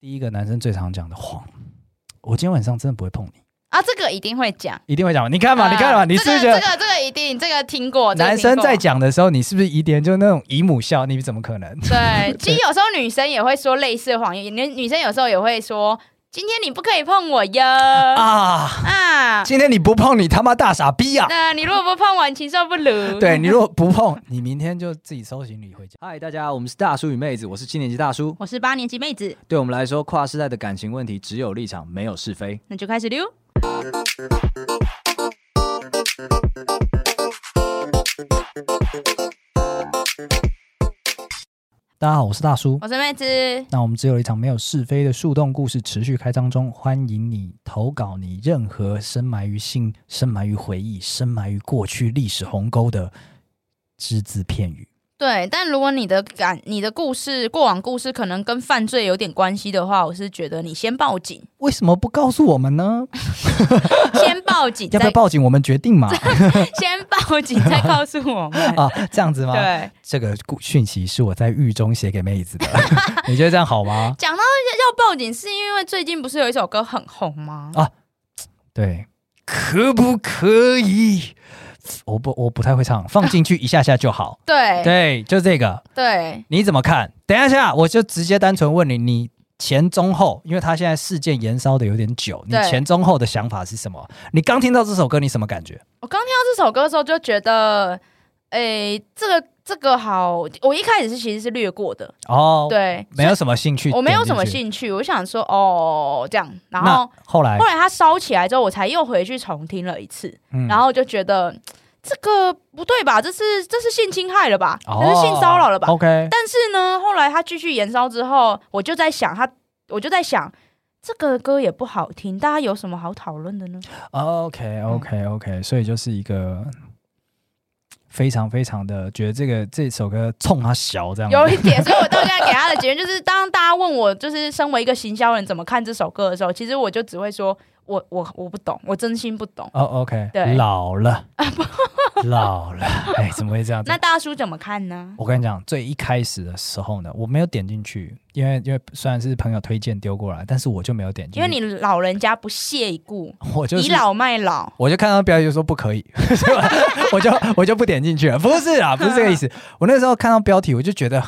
第一个男生最常讲的谎，我今天晚上真的不会碰你，啊，这个一定会讲。一定会讲。你看嘛，啊你看嘛，你是不是觉这个得这个这个一定这个听过？这个男听过生在讲的时候，你是不是一点就那种姨母笑？你怎么可能？ 对，其实有时候女生也会说类似的谎言，女女生有时候也会说。今天你不可以碰我哟！啊啊！今天你不碰，你他妈大傻逼啊！那你如果不碰我，你禽兽不如。对你如果不碰，你明天就自己收行李回家。嗨，大家，我们是大叔与妹子，我是七年级大叔。我是八年级妹子，对我们来说，跨世代的感情问题只有立场，没有是非。那就开始溜。大家好，我是大叔。我是妹子，那我们只有一场没有是非的树洞故事持续开张中，欢迎你投稿你任何深埋于性、深埋于回忆、深埋于过去历史鸿沟的只字片语。对，但如果你的感、你的故事、过往故事可能跟犯罪有点关系的话，我是觉得你先报警，为什么不告诉我们呢？先报警，要不再要报警？我们决定 嘛。 先报警，再告诉我们。 啊，这样子吗？对，这个故讯息是我在狱中写给妹 子的，你觉得这样好吗？讲到要报警，是因为最近不是有一首歌很红吗？对，可不可以？我不，我不太会唱，放进去一下下就好。对对，就这个，对你怎么看？等一下，我就直接单纯问你，你前中后，因为他现在事件延烧的有点久，你对前中后的想法是什么？你刚听到这首歌，你什么感觉？我刚听到这首歌的时候就觉得，诶，这个这个好，我一开始是其实是略过的，哦，，对，没有什么兴趣，我没有什么点进去。兴趣，我想说哦这样，然那哎后后来后，来它烧起来之后，我才又回去重听了一次，嗯然后就觉得这个不对吧？这是这是性侵害了吧？哦这是性骚扰了吧？ ？OK，但是呢，后来它继续延烧之后，我就在想它，我就在想。这个歌也不好听，大家有什么好讨论的呢？ OK 嗯 OK OK，所以就是一个非常非常的觉得这个这首歌冲他小这样子，有一点，所以我到现在给他的结论就是，当大家问我就是身为一个行销人怎么看这首歌的时候，其实我就只会说，我我我不懂，我真心不懂。哦 OK，对啊老了老了，哎，怎么会这样子那？嗯大叔怎么看呢？我跟你讲，最一开始的时候呢，我没有点进去，因为因为虽然是朋友推荐丢过来，但是我就没有点进因去，为你老人家不屑一顾，我就是倚老卖老。我就看到标题就说不可以，所以我我就我就不点进去了。不是啊，不是这个意思。我那时候看到标题，我就觉得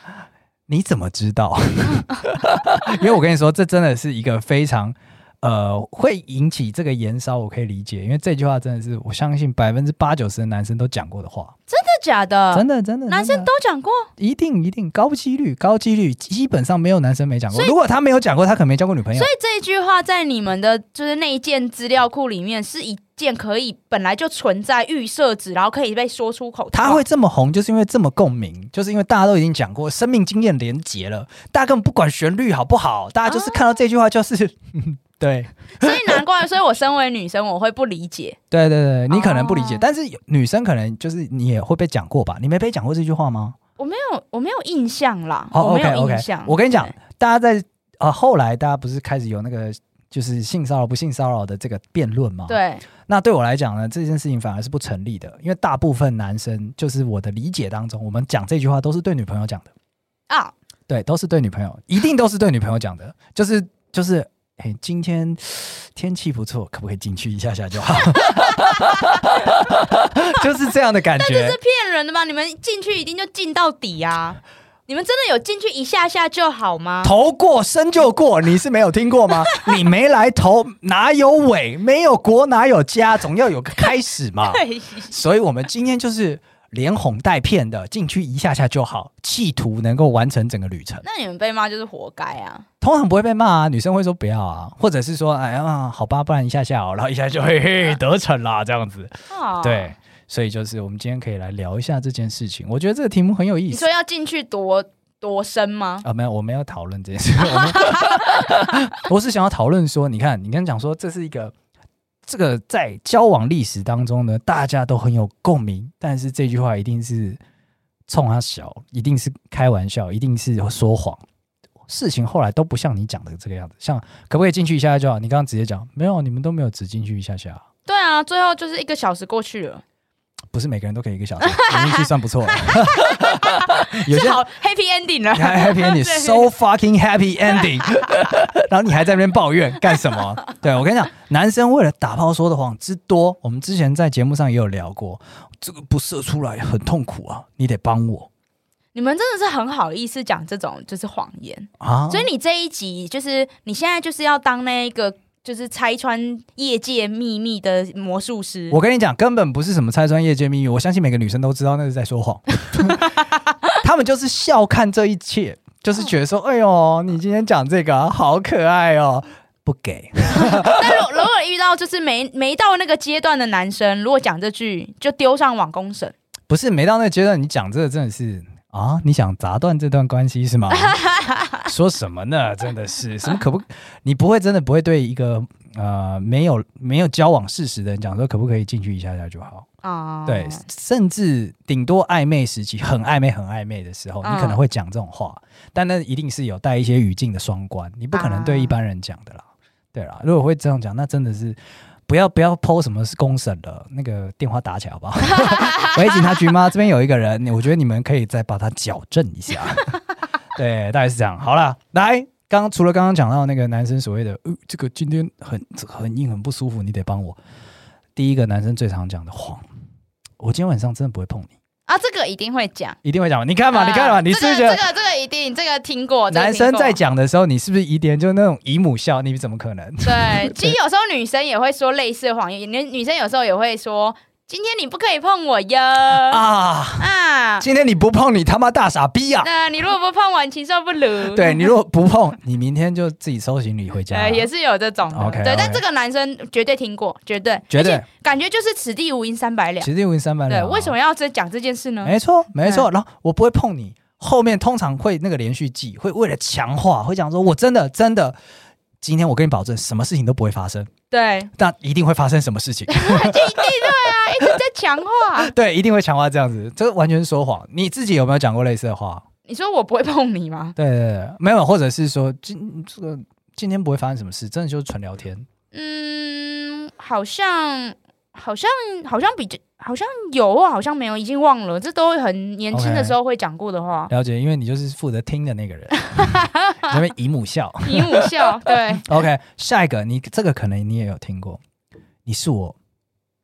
你怎么知道？ 因为我跟你说，这真的是一个非常呃会引起这个延烧，我可以理解，因为这句话真的是我相信百分之八九十的男生都讲过的话，真的假的？真的真的，呃男生真的都讲过，啊一定一定高几率高几率，基本上没有男生没讲过。所以如果他没有讲过，他可能没交过女朋友所以。这一句话在你们的就是那一件资料库里面是一件可以本来就存在预设值，然后可以被说出口的话。他会这么红，就是因为这么共鸣，就是因为大家都已经讲过生命经验连结了，大家根本不管旋律好不好，大家就是看到这句话就是， 对 所以难怪，所以我身为女生，我会不理解。对对对，你可能不理解，哦但是有女生可能就是你也会被讲过吧？你没被讲过这句话吗？我没有，我没有印象啦，哦我没，OK 有 OK，印象。我跟你讲对，大家在呃后来大家不是开始有那个就是性骚扰不性骚扰的这个辩论吗？。对，那对我来讲呢，这件事情反而是不成立的，因为大部分男生就是我的理解当中，我们讲这句话都是对女朋友讲的。啊，对，都是对女朋友，一定都是对女朋友讲的， 就是就是，哎、今天 天气不错，可不可以进去一下下就好？ 就是这样的感觉这。骗人的吧？你们进去一定就进到底啊！你们真的有进去一下下就好吗？头过身就过，你是没有听过吗？ 你没来头哪有尾？没有国哪有家？总要有个开始嘛。对，所以我们今天就是连哄带骗的进去一下下就好，企图能够完成整个旅程。 那你们被骂就是活该啊！通常不会被骂啊，女生会说不要啊，或者是说哎呀、好吧，不然一下下哦，然后一下就嘿嘿得逞啦这样子。啊，对，，所以就是我们今天可以来聊一下这件事情，我觉得这个题目很有意你思说。要进去多多深吗？啊、没有，我没有讨论这件事，我们我是想要讨论说，你看，你刚刚讲说这是一个这个在交往历史当中呢，大家都很有共鸣，但是这句话一定是冲他小，一定是开玩笑，一定是说谎。事情后来都不像你讲的这个样子，像可不可以进去一下下就好？你刚刚直接讲没有，你们都没有只进去一下下，对啊，最后就是一个小时过去了，不是每个人都可以一个小时，你运气算不错了。 有些是好 happy ending 你了。 还 happy ending so fucking happy ending，然后你还在那边抱怨干什么？对我跟你讲，男生为了打炮说的谎之多，我们之前在节目上也有聊过，这个不射出来很痛苦啊，你得帮我你们真的是很好意思讲这种就是谎言，啊。所以你这一集就是你现在就是要当那一个就是拆穿业界秘密的魔术师。我跟你讲，根本不是什么拆穿业界秘密，我相信每个女生都知道那是在说谎， 他们就是笑看这一切，就是觉得说，哎呦，你今天讲这个啊好可爱哦，不给，但如如果遇到就是没没到那个阶段的男生，如果讲这句就丢上网公审，不是没到那个阶段，你讲这个真的是啊，你想砸断这段关系是吗？说什么呢？真的是什么可不？你不会真的不会对一个呃没有没有交往事实的人讲说可不可以进去一下下就好？啊、对，甚至顶多暧昧时期，很暧昧很暧昧的时候，你可能嗯会讲这种话，但那一定是有带一些语境的双关，你不可能对一般人讲的啦。对啦，如果会这样讲，那真的是。不要不要剖什么是公审了，那个电话打起来好不好？喂，警察局吗？这边有一个人，你我觉得你们可以再把他矫正一下。对，大概是这样。好了，来，刚刚除了刚刚讲到那个男生所谓的，呃，这个今天很很硬，很不舒服，你得帮我。第一个男生最常讲的谎，我今天晚上真的不会碰你，啊，这个一定会讲。一定会讲。你看嘛，呃你看嘛，你是不是这觉个得这个这个一定这个听过？哦这个男听生过在讲的时候，你是不是一点就那种姨母笑？你怎么可能？ 对，其实有时候女生也会说类似的谎言，女女生有时候也会说：“今天你不可以碰我哟。” 啊啊，今天你不碰你他妈大傻逼啊！那你如果不碰我，你禽兽不 如。对你如果不碰，你明天就自己收行李回 家啊呃，了。也是有这种的 OK，对 OK 但这个男生绝对听过，绝对，绝对而且感觉就是此地无银三百两。其实有三百对，两。为什么要嗯这讲这件事呢？没错，没错。然后我不会碰你，后面通常会那个连续记，会为了强化，会讲说我真的真的，今天我跟你保证，什么事情都不会发生，对，就但一定会发生什么事情， 一定对啊，一直在强化。对，一定会强化这样子，这完全是说谎。你自己有没有讲过类似的话？你说我不会碰你吗？对对对，没有，或者是说今这个今天不会发生什么事，真的就是纯聊天。嗯，好像，好像，好像比较，好像有，好像没有，已经忘了。这都很年轻的 OK 时候会讲过的话。了解，因为你就是负责听的那个 人，你那边姨母笑。姨母 笑，对，啊 OK，下一个，你这个可能你也有听过，你是我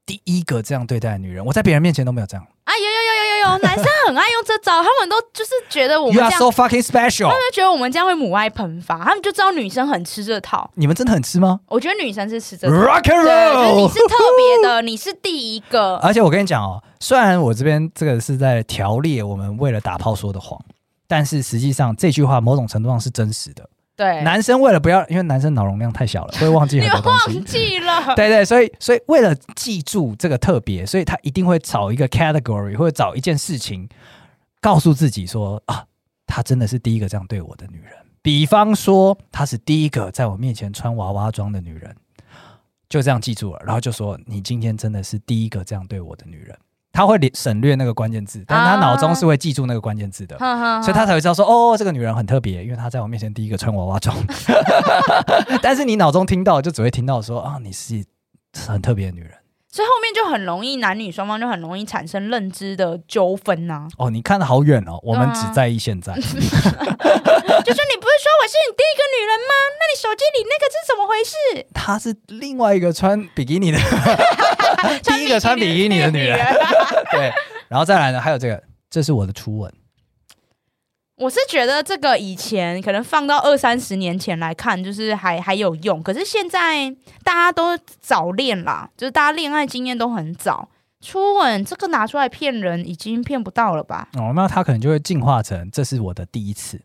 第一个这样对待的女人，我在别人面前都没有这样。啊，有有有有有有，男生很爱用这招，他们都就是觉得我们 You 这 are 样， so 他 fucking special 们。就觉得我们这样会母爱喷发，他们就知道女生很吃这套。你们真的很吃吗我觉得女生是吃这套， ？Rock and 对，就是你 roll 是。特别的，你是第一个， 而且我跟你讲哦，虽然我这边这个是在条列我们为了打炮说的谎，但是实际上这句话某种程度上是真实的。对，男生为了不要，因为男生脑容量太小 了，会忘记你很多们东西忘。记了， 对对，所以所以为了记住这个特别，所以他一定会找一个 category 或者找一件事情，告诉自己说啊，她真的是第一个这样对我的女人。比方说，她是第一个在我面前穿娃娃装的女人，就这样记住了，然后就说你今天真的是第一个这样对我的女人。他会省略那个关键字，但他脑中是会记住那个关键字的。哼哼所以他才会知道说，哦，这个女人很特别，因为她在我面前第一个穿娃娃装。 但是你脑中听到就只会听到说，啊，你是很特别的女人所以后面就很容易，男女双方就很容易产生认知的纠纷啊呐、哦，你看的好远哦，我们对啊只在意现在。就说你不是说我是你第一个女人吗？那你手机里那个是怎么回事？她是另外一个穿比基尼的，第一个 穿比基尼的女人。 对，然后再来呢，还有这个，这是我的初吻。我是觉得这个以前可能放到二三十年前来看，就是还还有用，可是现在大家都早恋啦，就是大家恋爱经验都很早。初吻这个拿出来骗人，已经骗不到了吧？哦，那她可能就会进化成，这是我的第一次。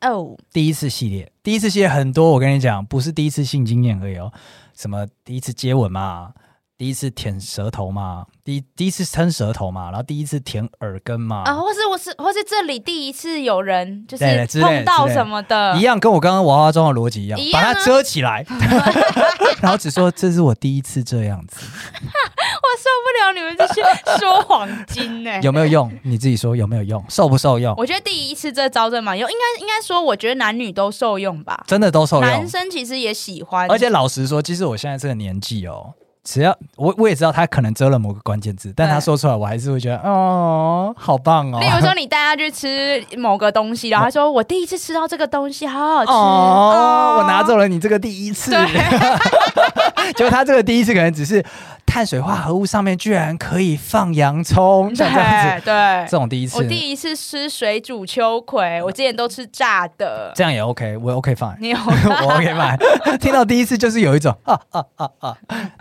哦，第一次系列，第一次系列很多，我跟你讲，不是第一次性经验而已哦，什么第一次接吻嘛，第一次舔舌头嘛，第一第一次撑舌头嘛，然后第一次舔耳根嘛，啊，或是我是或是这里第一次有人就是对之类碰到之类什么的一，样跟我刚刚娃娃妆的逻辑一样，一样把啊它遮起来， 然后只说这是我第一次这样 子， 我受不了你们这些说谎精呢、 有没有用？你自己说有没有用，受不受用？我觉得第一次这招真蛮有，应该应该说，我觉得男女都受用吧。真的都受男用，生其实也喜欢，而且老实说，其实我现在这个年纪哦，只要我我也知道他可能遮了某个关键字，但他对说出来，我还是会觉得哦，好棒哦例。如说，你带他去吃某个东西，然后他说：“我第一次吃到这个东西，好好吃。”哦，我拿走了你这个第一次，对， 结果他这个第一次可能只是碳水化合物上面居然可以放洋葱，像这样子，对对这种第一次我，第一次吃水煮秋葵，我之前都吃炸的。这样也 OK，我 OK fine，你 有我 OK fine。听到第一次就是有一种啊啊啊啊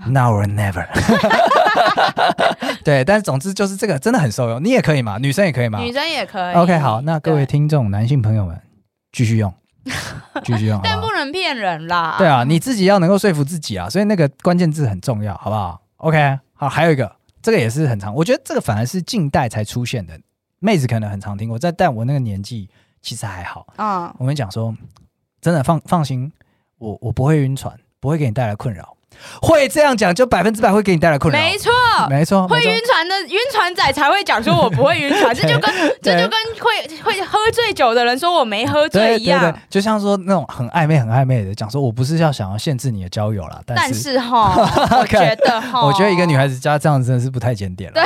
，now or never。对，但是总之就是这个真的很受用，你也可以嘛，女生也可以嘛。女生也可以。 OK，好，那各位对，听众男性朋友们，继续用，继 续用，好不但好不？能骗人啦。对啊，你自己要能够说服自己啊，所以那个关键字很重要，好不好？OK，好，还有一个，这个也是很常，我觉得这个反而是近代才出现的，妹子可能很常听过，在但我那个年纪其实还好。嗯，我们讲说，真的放放心，我我不会晕船，不会给你带来困扰。会这样讲，就百分之百会给你带来困扰。没错，哦没错，会没错晕船的晕船仔才会讲说我不会晕 船，这就跟这就跟会会喝醉酒的人说我没喝醉对对一对样。，就像说那种很暧昧、很暧昧的，讲说我不是要想要限制你的交友啦，但但是是哦哈，我觉得 哈，我觉得一个女，孩子家这样真的是不太检点了。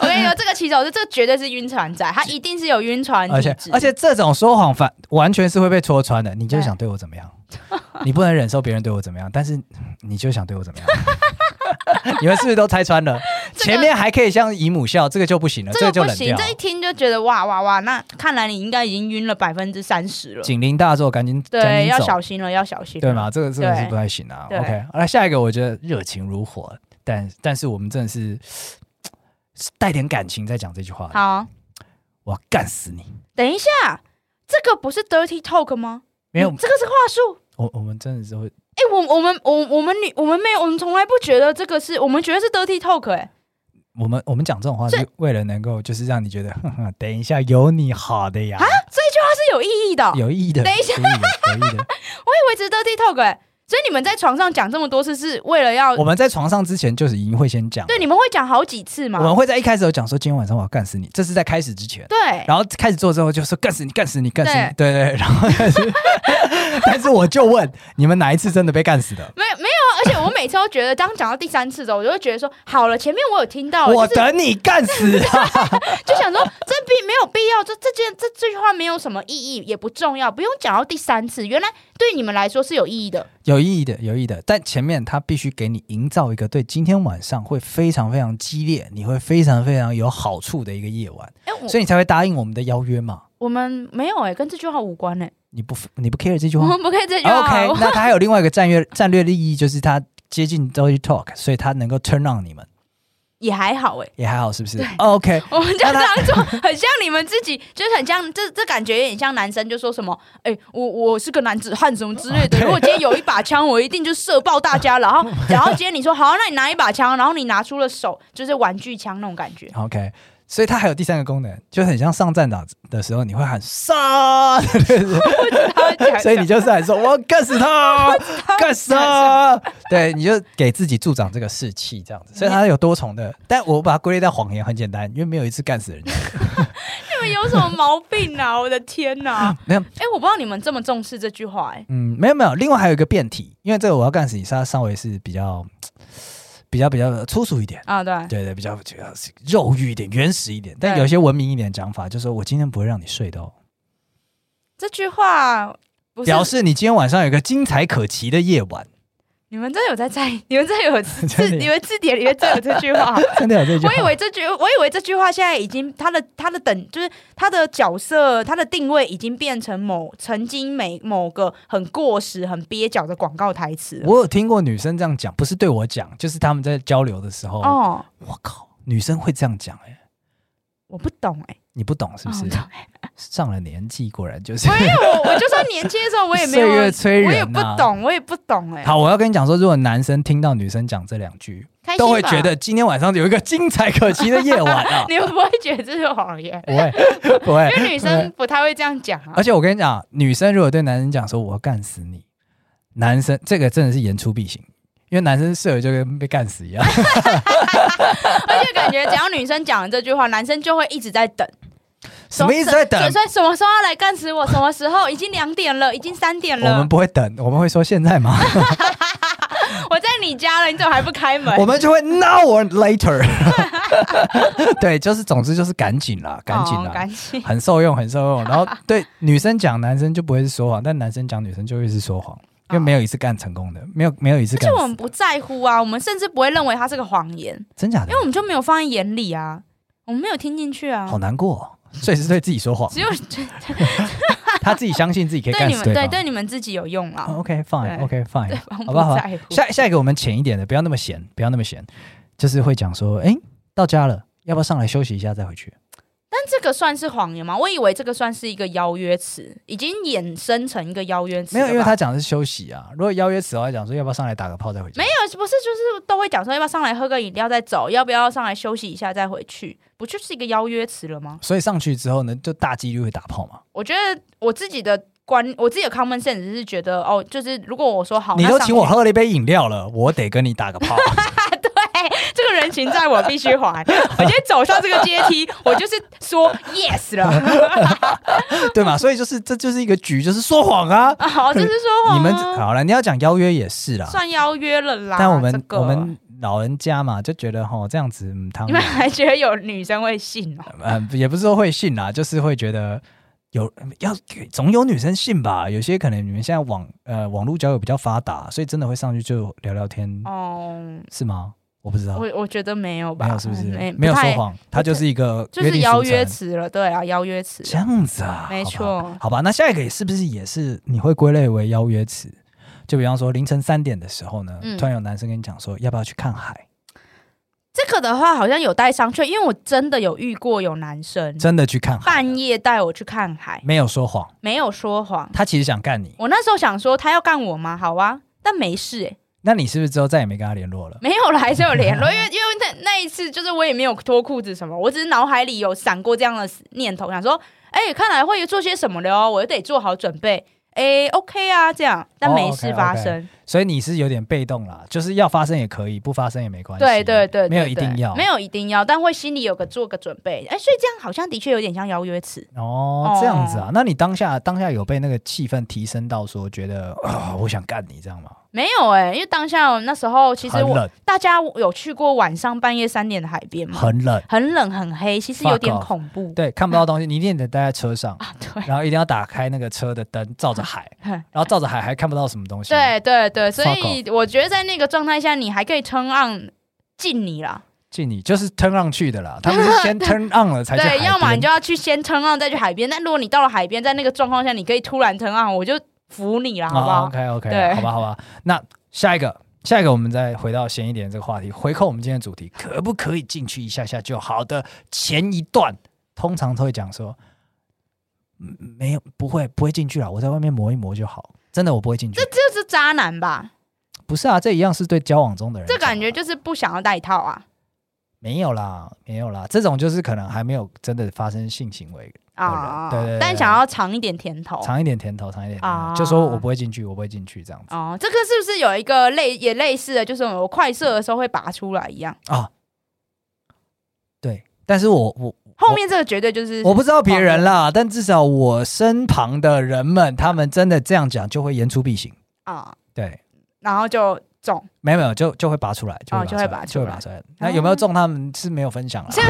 我跟你说，这个骑手是这绝对是晕船仔，他一定是有晕船而体且质，而且这种说谎反完全是会被戳穿的。你就对想对我怎么样， 你不能忍受别人对我怎么样，但是你就想对我怎么样。 你们是不是都拆穿了？这个前面还可以像姨母笑，这个就不行了，这个就不冷行，掉。啊这一听就觉得哇哇哇，那看来你应该已经晕了百分之三十了。警铃大作，赶紧赶对，紧要走，小心了，要小心。对吗？？这个真的是对不太行啊。对 OK，好来下一个，我觉得热情如火，但但是我们真的是是带点感情在讲这句话的。好，我要干死你！等一下，这个不是 dirty talk 吗？没有嗯，这个是话术。我我们真的是会哎、我我们我我们女我们没有，我们从来不觉得这个是我们觉得是 dirty talk 哎、我们我们讲这种话所以是为了能够就是让你觉得， 哼哼，等一下有你好的啊呀，它是有意义的哦、啊有意义的，等一下有意义的，有意义 的。我以为只是 dirty talk 哎、所以你们在床上讲这么多次是为了要我们在床上之前就是已经会先讲，对你们会讲好几次我们嘛？会在一开始有讲说今天晚上我要干死你，这是在开始之前。对，然后开始做之后就说干死你，干死你，干死你，对对。然后但是， 但是我就问你们哪一次真的被干死的？没没有，啊而且我每次都觉得，当讲到第三次的时候，我就会觉得说，好了，前面我有听到了，我哦就是等你干死啊！就想说，这并没有必要，这这件这这句话没有什么意义，也不重要，不用讲到第三次。原来对你们来说是有意义的，有意义的，有意义的。但前面他必须给你营造一个对今天晚上会非常非常激烈，你会非常非常有好处的一个夜晚。哎、我所以你才会答应我们的邀约嘛？我们没有哎、跟这句话无关哎、你不你不 care 这句我话们不可以这句话。啊哦？OK，我那他还有另外一个战略战略利益，就是他接近 Dirty Talk，所以他能够 turn on 你们，也还好哎、也还好，是不是？OK，我们就那这他样做，很像你们自己，就是很像这这感觉有点像男生就说什么，哎、我我是个男子汉什么之类的。如果今天有一把枪，我一定就射爆大家。然后，然后今天你说好，那你拿一把枪，然后你拿出了手，就是玩具枪那种感 觉。 OK，所以它还有第三个功能，就很像上战场的时候，你会喊杀，对不对他会讲所以你就是喊说我要干死他，干死他，对，你就给自己助长这个士气，这样子。所以它有多重的，但我把它归类到谎言很简单，因为没有一次干死人家。 你们有什么毛病啊？我的天哪、没有， 哎、我不知道你们这么重视这句话、哎，嗯，没有没有，另外还有一个变体，因为这个我要干死你，它稍微是比较比较比较粗俗一点，啊，对，对对，比较比较肉欲一点、原始一点，但对有些文明一点的讲法，就是说我今天不会让你睡的哦，这句话不是表示你今天晚上有个精彩可期的夜 晚，你们真的有在在意，你们真的有真字，的有 你们字典里面真的有这句话。真的有这句我以话。为这句，我以为这句话现在已经他的他的等，就是他的角色，他的定位已经变成某曾经每某个很过时、很蹩脚的广告台词了。我有听过女生这样讲，不是对我讲，就是他们在交流的时候，哦，我靠，女生会这样讲哎、我不懂哎、你不懂是不哦是？我懂上了年纪果然就是我。因为我我就算年轻的时候，我也没有，岁月催人啊我也不懂，我也不懂哎、好，我要跟你讲说，如果男生听到女生讲这两句，开心吧。都会觉得今天晚上有一个精彩可期的夜晚啊 你们不会觉得这是 谎言，不会， 不会，因为女生不太会这样讲啊 而。且我跟你讲，女生如果对男生讲说“我要干死你”，男生这个真的是言出必行，因为男生室友就跟被干死一 样。而且感觉只要女生讲了这句话，男生就会一直在等。什么意思在等所？以所以什么时候要来干死我？什么时候？已经两点了，已经三点我了 们。不会等，我们会说现在吗？我在你家了，你怎么还不开门？ 哦我们就会 now or later。对，就是总之就是赶紧啦，赶紧啊哦啦，赶 紧。很受用，很受用。 然后对女生讲男生就不会是说谎，但男生讲女生就会是说谎，因为没有一次干成功的，没有没有一次而干且。我们不在乎啊，我们甚至不会认为它是个谎言，真假的因为，我们就没有放在眼里啊，我们没有听进去啊好。难过、 哦。所以是对自己说谎，只有 他自己相信自己可以对干你死们对方。对你们自己有用啦。 OK fine 对 OK 对 fine，方好不好在乎。下下一个我们浅一点的，不要那么闲，不要那么闲，就是会讲说，哎、到家了，要不要上来休息一下再回去？但这个算是谎言吗？我以为这个算是一个邀约词，已经衍生成一个邀约词没了吧。有，因为他讲的是休息啊。如果邀约此外讲说，要不要上来打个炮再回去？没有，不是就是都会讲说要不要上来喝个饮料再走，要不要上来休息一下再回去，不就是一个邀约词了吗？所以上去之后呢，就大几率会打炮嘛。我觉得我自己的观，我自己的 common sense 是觉得哦，就是如果我说好，你那都上请我去，喝了一杯饮料了，我得跟你打个炮。 对，这个人情债我必须还。 我今天走上这个阶梯， 我就是说 yes 了， 对嘛？所以就是这就是一个局，就是说谎啊！好，这是说你谎们啊好了，你要讲邀约也是啦，算邀约了啦。但我们、这个、我们老人家嘛，就觉得吼这样子，嗯，他 你们还觉得有女生会信哦？嗯，也不是说会信啦，就是会觉得有要总有女生信吧。有些可能你们现在网呃网络交友比较发达，所以真的会上去就聊聊天，哦，是吗？我不知道，我我觉得没有吧，没有是不是？没没有不太说谎，它就是一个就约是定邀俗约成词了，对啊，邀约词。这样子啊，没好吧错好吧，那下一个也是不是也是你会归类为邀约词？就比方说凌晨三点的时候呢，嗯突然有男生跟你讲说要不要去看海，这个的话好像有待商榷，因为我真的有遇过有男生真的去看海，半夜带我去看海，没有说谎，没有说谎。他其实想干你，我那时候想说他要干我吗？好啊，但没事诶、那你是不是之后再也没跟他联络了？没有了，还是有 联络，因为因为那那一次就是我也没有脱裤子什么，我只是脑海里有闪过这样的念头，想说，哎、看来会做些什么的哦，我得做好准备。哎、o k 啊，这样，但哦没事 OK，OK 发生。所以你是有点被动啦，就是要发生也可以，不发生也没关系。啊对对对对没有一对定要。没有一定要，但会心里有个做个准备。哎、所以这样好像的确有点像邀约词。哦哦，这样子啊？那你当下当下有被那个气氛提升到说觉得啊、我想干你这样吗？没有哎、因为当下那时候其实很我嗯冷大家有去过晚上半夜三点的海边吗？很冷，很冷很黑，其实有点 Fuck off 恐怖。对，看不到东西，你一定得待在车上，啊，对然后一定要打开那个车的灯，照着 海，哼然后照着海还看不到什么东西。，对对对，所 Fuck 以我觉得在那个状态下，你还可以撑 on 进你啦。进你就是 turn on 去的啦，他们是 先 turn on 了才去海对，边要么你就要去先撑 on 再去海边，但如果你到了海边，在那个状况下，你可以突然撑 on，我就服你啦，好不好？啊 OK OK，对哦好吧好吧。那下一个，下一个我们再回到闲一点这个话题，回扣我们今天的主题，可不可以进去一下下就好的？前一段通常都会讲说，嗯没有不会不会进去了，我在外面磨一磨就好。真的我不会进去这，这就是渣男吧？不是啊，这一样是对交往中的人讲这的，感觉就是不想要戴套啊没有啦，没有啦，这种就是可能还没有真的发生性行为，啊！对对对对但想要尝一点甜头。尝一点甜头，尝一点甜头，哦啊就说我不会进去，我不会进去这样子。哦，这个是不是有一个类也类似的，就是我快射的时候会拔出来一样？啊，对，但是我我后面这个绝对就是我不知道别人啦，但至少我身旁的人们，他们真的这样讲，就会言出必行。啊、对，然后就中，没有没有，就就会拔出来，哦就会拔就出来，就会会拔出来拔出来。那有没有中，他们是没有分享啦是，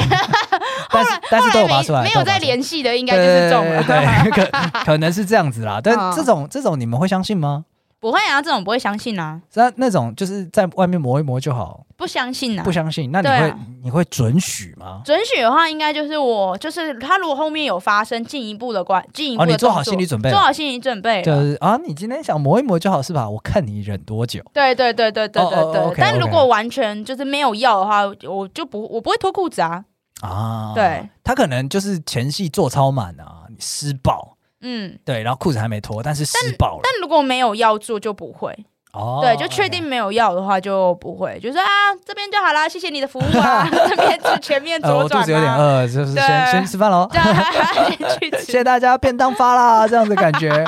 但是但是都有拔出来，没都有再拔出来，联系的，应该就是中了。对，对对可 可能是这样子啦。但嗯这种这种你们会相信吗？不会啊，这种不会相信啊，那那种就是在外面磨一磨就好，不相信啊不。相信，那你对会啊你会准许吗？准许的话，应该就是我，就是他如果后面有发生进一步的关，进一步哦，的你动作、做好心理准备做了，好心理准备就了。是啊，你今天想磨一磨就好是吧？我看你忍多久。对对对对对哦哦对哦对， OK，但 OK 如果完全就是没有要的话，我就不我不会脱裤子啊。啊，对，他可能就是前戏做超满啊，你施暴，嗯，对，然后裤子还没脱，但是施暴了，但如果没有要做就不会。哦，对，就确定没有要的话就不会，就说啊这边就好啦，谢谢你的服务 啊，这边是前面 OK。呃，左我肚转子有点啊，饿，就是先对先吃饭喽， 对，先 谢去吃。谢大家，便当发啦，这样的感觉。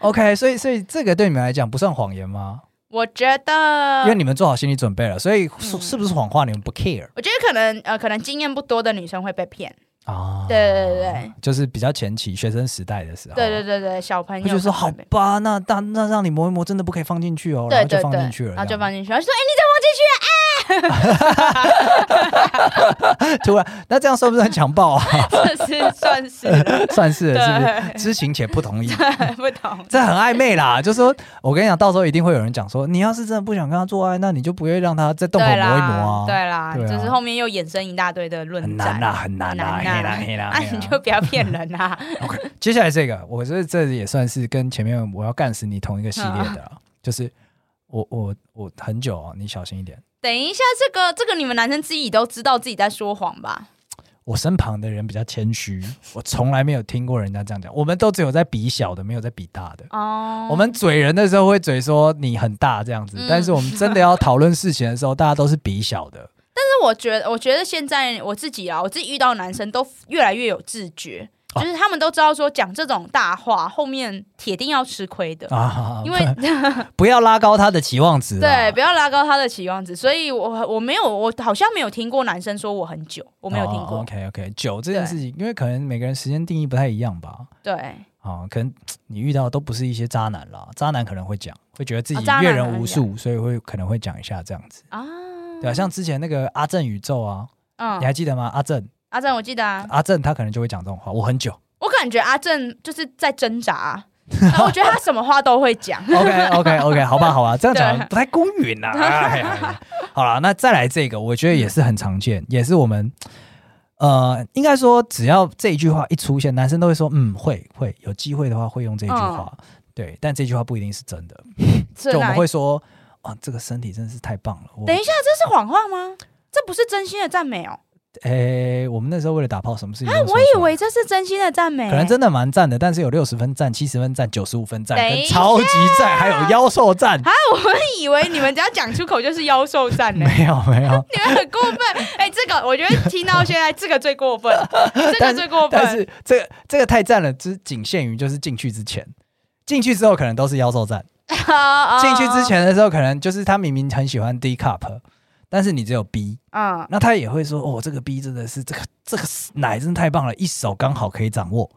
OK，所以所以这个对你们来讲不算谎言吗？我觉得因为，你们做好心理准备了，所以是嗯是不是谎话你们不 care 我觉得可能呃，可能经验不多的女生会被骗。啊？对对对对，就是比较前期学生时代的时候，对对对对，小朋友哦他就说可能好会被吧，那那那让你磨一磨，真的不可以放进去哦，然对后就对放对进去，了，啊然后这样就放进去，然后就说哎突然，那这样算不算强暴啊？这是算 是了算是了，是不对是？知情且不同意，不懂。这很暧昧啦。就说我跟你讲，到时候一定会有人讲说，你要是真的不想跟他做爱，那你就不会让他再 动口对磨一磨啦啊，。对啦，对啊就是后面又衍生一大堆的论很战，啊难啦，啊很难啦，嘿很 啦难嘿呐啦。啊，嘿啦你就不要骗人啊！ OK，接下来这个，我觉得这也算是跟前面我要干死你同一个系列的 啦，就是我我我很久哦，你小心一点。等一下，这个这个你们男生自己都知道自己在说谎吧？我身旁的人比较谦虚，我从来没有听过人家这样讲。我们都只有在比小的，没有在比大的。哦，我们嘴人的时候会嘴说你很大这样子，嗯但是我们真的要讨论事情的时候，大家都是比小的。 但是我觉得，我觉得现在我自己啊，我自己遇到的男生都越来越有自觉，啊就是他们都知道说讲这种大话，后面铁定要吃亏的。啊，因为 不要拉高他的期望值、啊。对，，不要拉高他的期望值，所以我我没有，我好像没有听过男生说我很久，我我没有听过。 OK OK，酒哦这件事情，因为可能每个人时间定义不太一样吧。对，啊，可能你遇到的都不是一些渣男啦，渣男可能会讲，会觉得自己哦渣男阅可能人会无数，所以会可能会讲一下这样子。啊，对啊，像之前那个阿正宇宙啊，你嗯，还记得吗？阿正，阿正我记得啊，阿正他可能就会讲这种话，我很久。。我感觉阿正就是在挣扎啊、然后我觉得他什么话都会讲 OK OK OK，好吧好吧，这样 对讲不太公允 呐、哎哎哎好了，那再来这个，我觉得也是很常嗯见，也是我们呃，应该说只要这一句话一出现，男生都会说嗯会会，有机会的话会用这一句哦话。对，但这句话不一定是真的，就就我们会说啊，这个身体真是太棒了。我等一下，这是谎话吗？这不是真心的赞美哦，诶、哎我们那时候为了打炮，什么事情啊都，说我出以来为哎这是真心的赞美、欸可能真的蛮赞的，但是有六十分赞、七十分赞、九十五分赞、等一跟超级赞，还有妖兽 赞。以为你啊们只要讲出口就是妖兽战 呢、没有没有，你们很过分，哎、这个我觉得听到现在这个最 过分，这个最 过但分，是这个这个太赞了，只仅限于就是进去之前，进去之后可能都是妖兽赞。进进去之，前的时候，可能就是他明明很喜欢 D cup，但是你只有 B，嗯，那他也会说哦，这个 B 真的是这个这个奶真的太棒了，一手刚好可以掌握。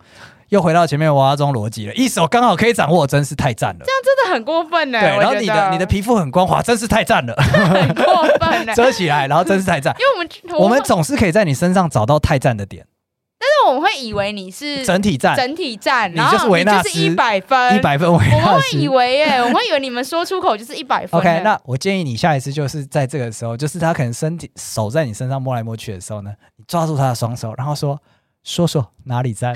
又回到前面娃娃装逻辑了，一手刚好可以掌握，真是太赞了。真的很过分呢、欸对，我然后觉你的你的皮肤很光滑，真是太 赞了，很过 分呢、遮起来，然后真是太赞。因 为我们我们总是可以在你身上找到太赞的点，但我们会以为你是整体赞整呃体战，你然后就是维纳斯一百分，一。百分为我们 大会以师。为耶、我们会以为你们说出口就是一百分耶、 OK，那我建议你下一次就是在这个时候，就是他可能身体手在你身上摸来摸去的时候呢，你抓住他的双手，然后说说说哪里赞，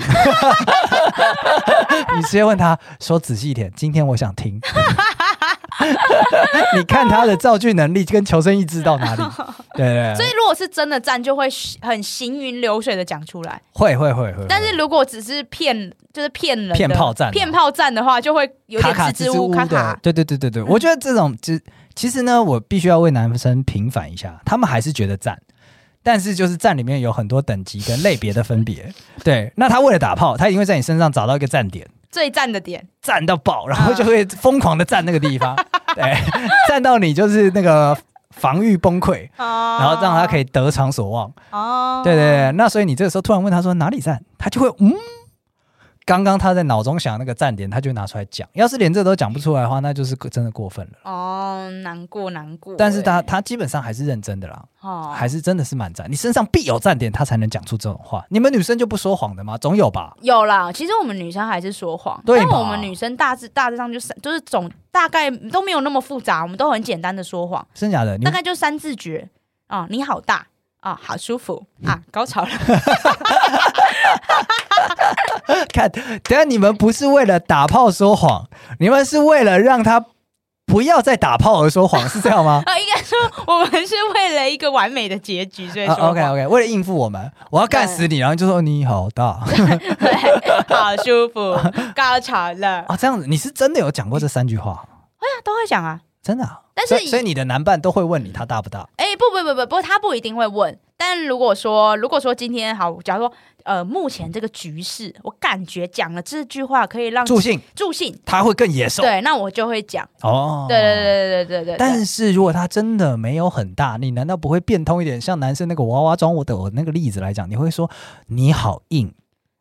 你直接问他说仔细一点，今天我想 听。你看他的造句能力跟求生意志到哪 里？对对所对以，如果是真的赞，就会很行云流水的讲出来。会会会会。但是如果只是骗，就是骗人的骗炮战啊骗炮战的话，就会有卡点卡支支吾吾吾，的，卡卡。对对对对对，我觉得这种其其实呢，我必须要为男生平反一下，他们还是觉得赞，但是就是赞里面有很多等级跟类别的分别。对，那他为了打炮，他一定会在你身上找到一个赞点，最赞的点，赞到爆，然后就会嗯疯狂的赞那个地方，对，赞到你就是那个防御崩溃。然然后让他可以以得偿所望，哦，对对对。那所以你这个时候突然问他说哪里赞，他就会嗯，刚刚他在脑中想那个赞点，他就拿出来讲。要是连这都讲不出来的话，那就是真的过分了。哦，难过难过。但是他欸他基本上还是认真的啦，哦，还是真的是蛮赞。你身上必有赞点，他才能讲出这种话。你们女生就不说谎的吗？总有吧。有啦。其实我们女生还是说谎，对但嘛我们女生大致大致上就是就是总大概都没有那么复杂，我们都很简单的说谎，真假的？你大们 概就三字诀啊，你好大啊，好舒服啊，高潮了。？看，等下你们不是为了打炮说谎，你们是为了让他不要再打炮而说谎，是这样吗 啊，应该说我们是为了一个完美的结局，所以说啊谎、 ，OK OK，为了应付我们，我要干死你，然后就说你好大对，好舒服，高潮了，啊，这样子你是真的有讲过这三句话，都会讲啊。真的、啊？但是所以所以你的男伴都会问你他大不大？哎、不不不不不，他不一定会问。但如果说，如果说今天好，假如说，呃，目前这个局势，我感觉讲了这句话可以让助兴助兴，他会更野兽对，那我就会讲。哦，对对对对对对对。但是如果它真的没有很大，你难道不会变通一点？像男生那个娃娃装，我的我那个例子来讲，你会说你好硬，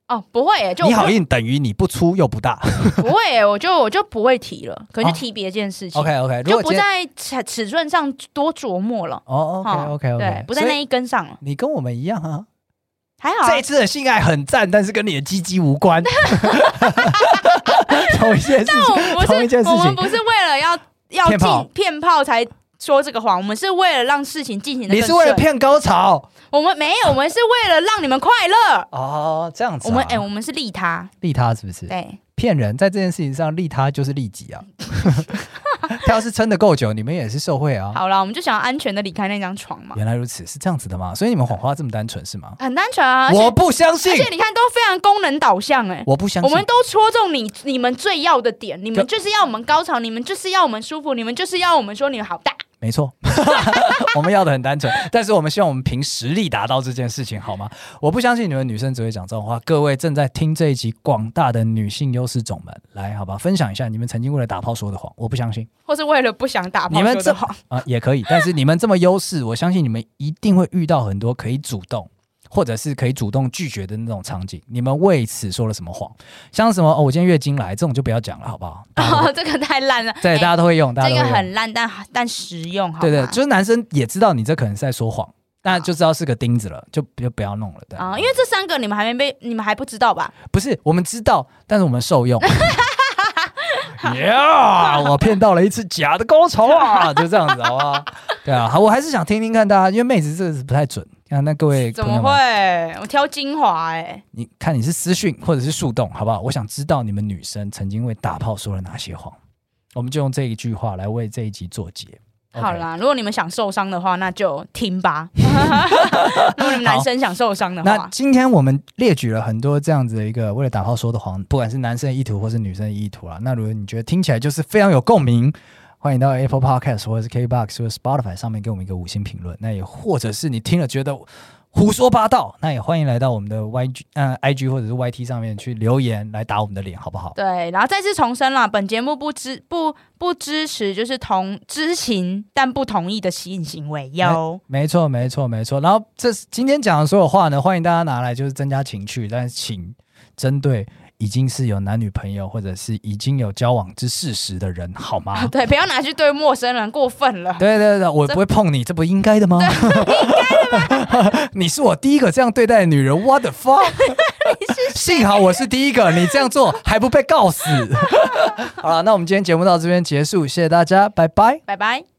哦，不会耶，就我你好就硬等于你不粗又不大。不会耶，我就我就不会提了，可能就哦提别件事情， OK OK，如 果就不今天在尺尺寸上多琢磨了。哦 OK 哦 OK OK，对，不在那一根上了，你跟我们一样啊，还好啊这一次的性爱很赞，但是跟你的鸡鸡无 关，同一件事但情。哦我同一不件是，事情我们不是为了要要骗炮进骗炮才说这个谎，我们是为了让事情进行的。你是为了，骗高潮我们没有，我们是为了让你们快 乐。哦，这样子、啊。我们哎、我们是利他，利他是不是？对，骗人，在这件事情上利他就是利己啊。 他要是撑得够久，你们也是受贿啊。好了，我们就想要安全的离开那张床嘛，原来如此，是这样子的吗？所以你们谎话这么单纯是吗？很单纯啊。而且我不相信而，且你看，都非常功能导向哎、我不相我信们。都戳中你你们最要的点，你们就是要我们高潮，你们就是要我们舒服，你们就是要我们说你们好大。没错， 我们要的很单纯，但是我们希望我们凭实力达到这件事情，好吗？我不相信你们女生只会讲这种话。各位正在听这一集广大的女性优势种们，来，好吧，分享一下你们曾经为了打炮说的谎。我不相信或是为了不想打炮你们说这 的话， 啊、也可以，但是你们这么优势，我相信你们一定会遇到很多可以主动。或者是可以主动拒绝的那种场景，你们为此说了什么谎？像什么哦，我今天月经来这种就不要讲了，好不好？大家都 哦，这个太烂了。对，哎大家都会用，大家这都会个用。很烂，但但实用，好对对，吗就是男生也知道你这可能是在说谎，那就知道是个钉子了，就就不要弄了。对啊、因为这三个你们还没被，你们还不知道吧？不是我们知道，但是我们受 用。yeah，我骗到了一次假的高潮 啊，就这样子，好不好？对啊，好，我还是想听听看大家，因为妹子这个是不太准。啊，那各位怎朋么友会们，？我挑精华哎、你看你是私讯或者是树洞，好不好？我想知道你们女生曾经为打炮说了哪些谎，我们就用这一句话来为这一集做结。好 OK 啦，如果你们想受伤的话，那就 听吧。 如果你们男生想受伤的那话，今天我们列举了很多这样子的一个为了打炮说的谎，不管是男生的意图或是女生的意图啦。那如果你觉得听起来就是非常有共鸣，欢迎到 Apple Podcast 或者是 KBox 或者 Spotify 上面给我们一个五星评论。那也或者是你听了觉得胡说八道，那也欢迎来到我们的 YG 嗯、IG 或者是 YT 上面去留言来打我们的脸，好不好？对，然后再次重申啦，本节目不支不不支持就是同知情但不同意的性行为哟。没错，没错，没错。然后这是今天讲的所有话呢，欢迎大家拿来就是增加情趣，但是请针对已经是有男女朋友或者是已经有交往之事实的人，好吗？对，不要拿去对陌生人过分了。对对对，我不会碰你，这不应该的吗？应该的吗？ 你是我第一个这样对待的女人，what the fuck？幸好我是第一个，你这样做还 不被告死。好了，那我们今天节目到这边结束，谢谢大家，拜拜。拜拜。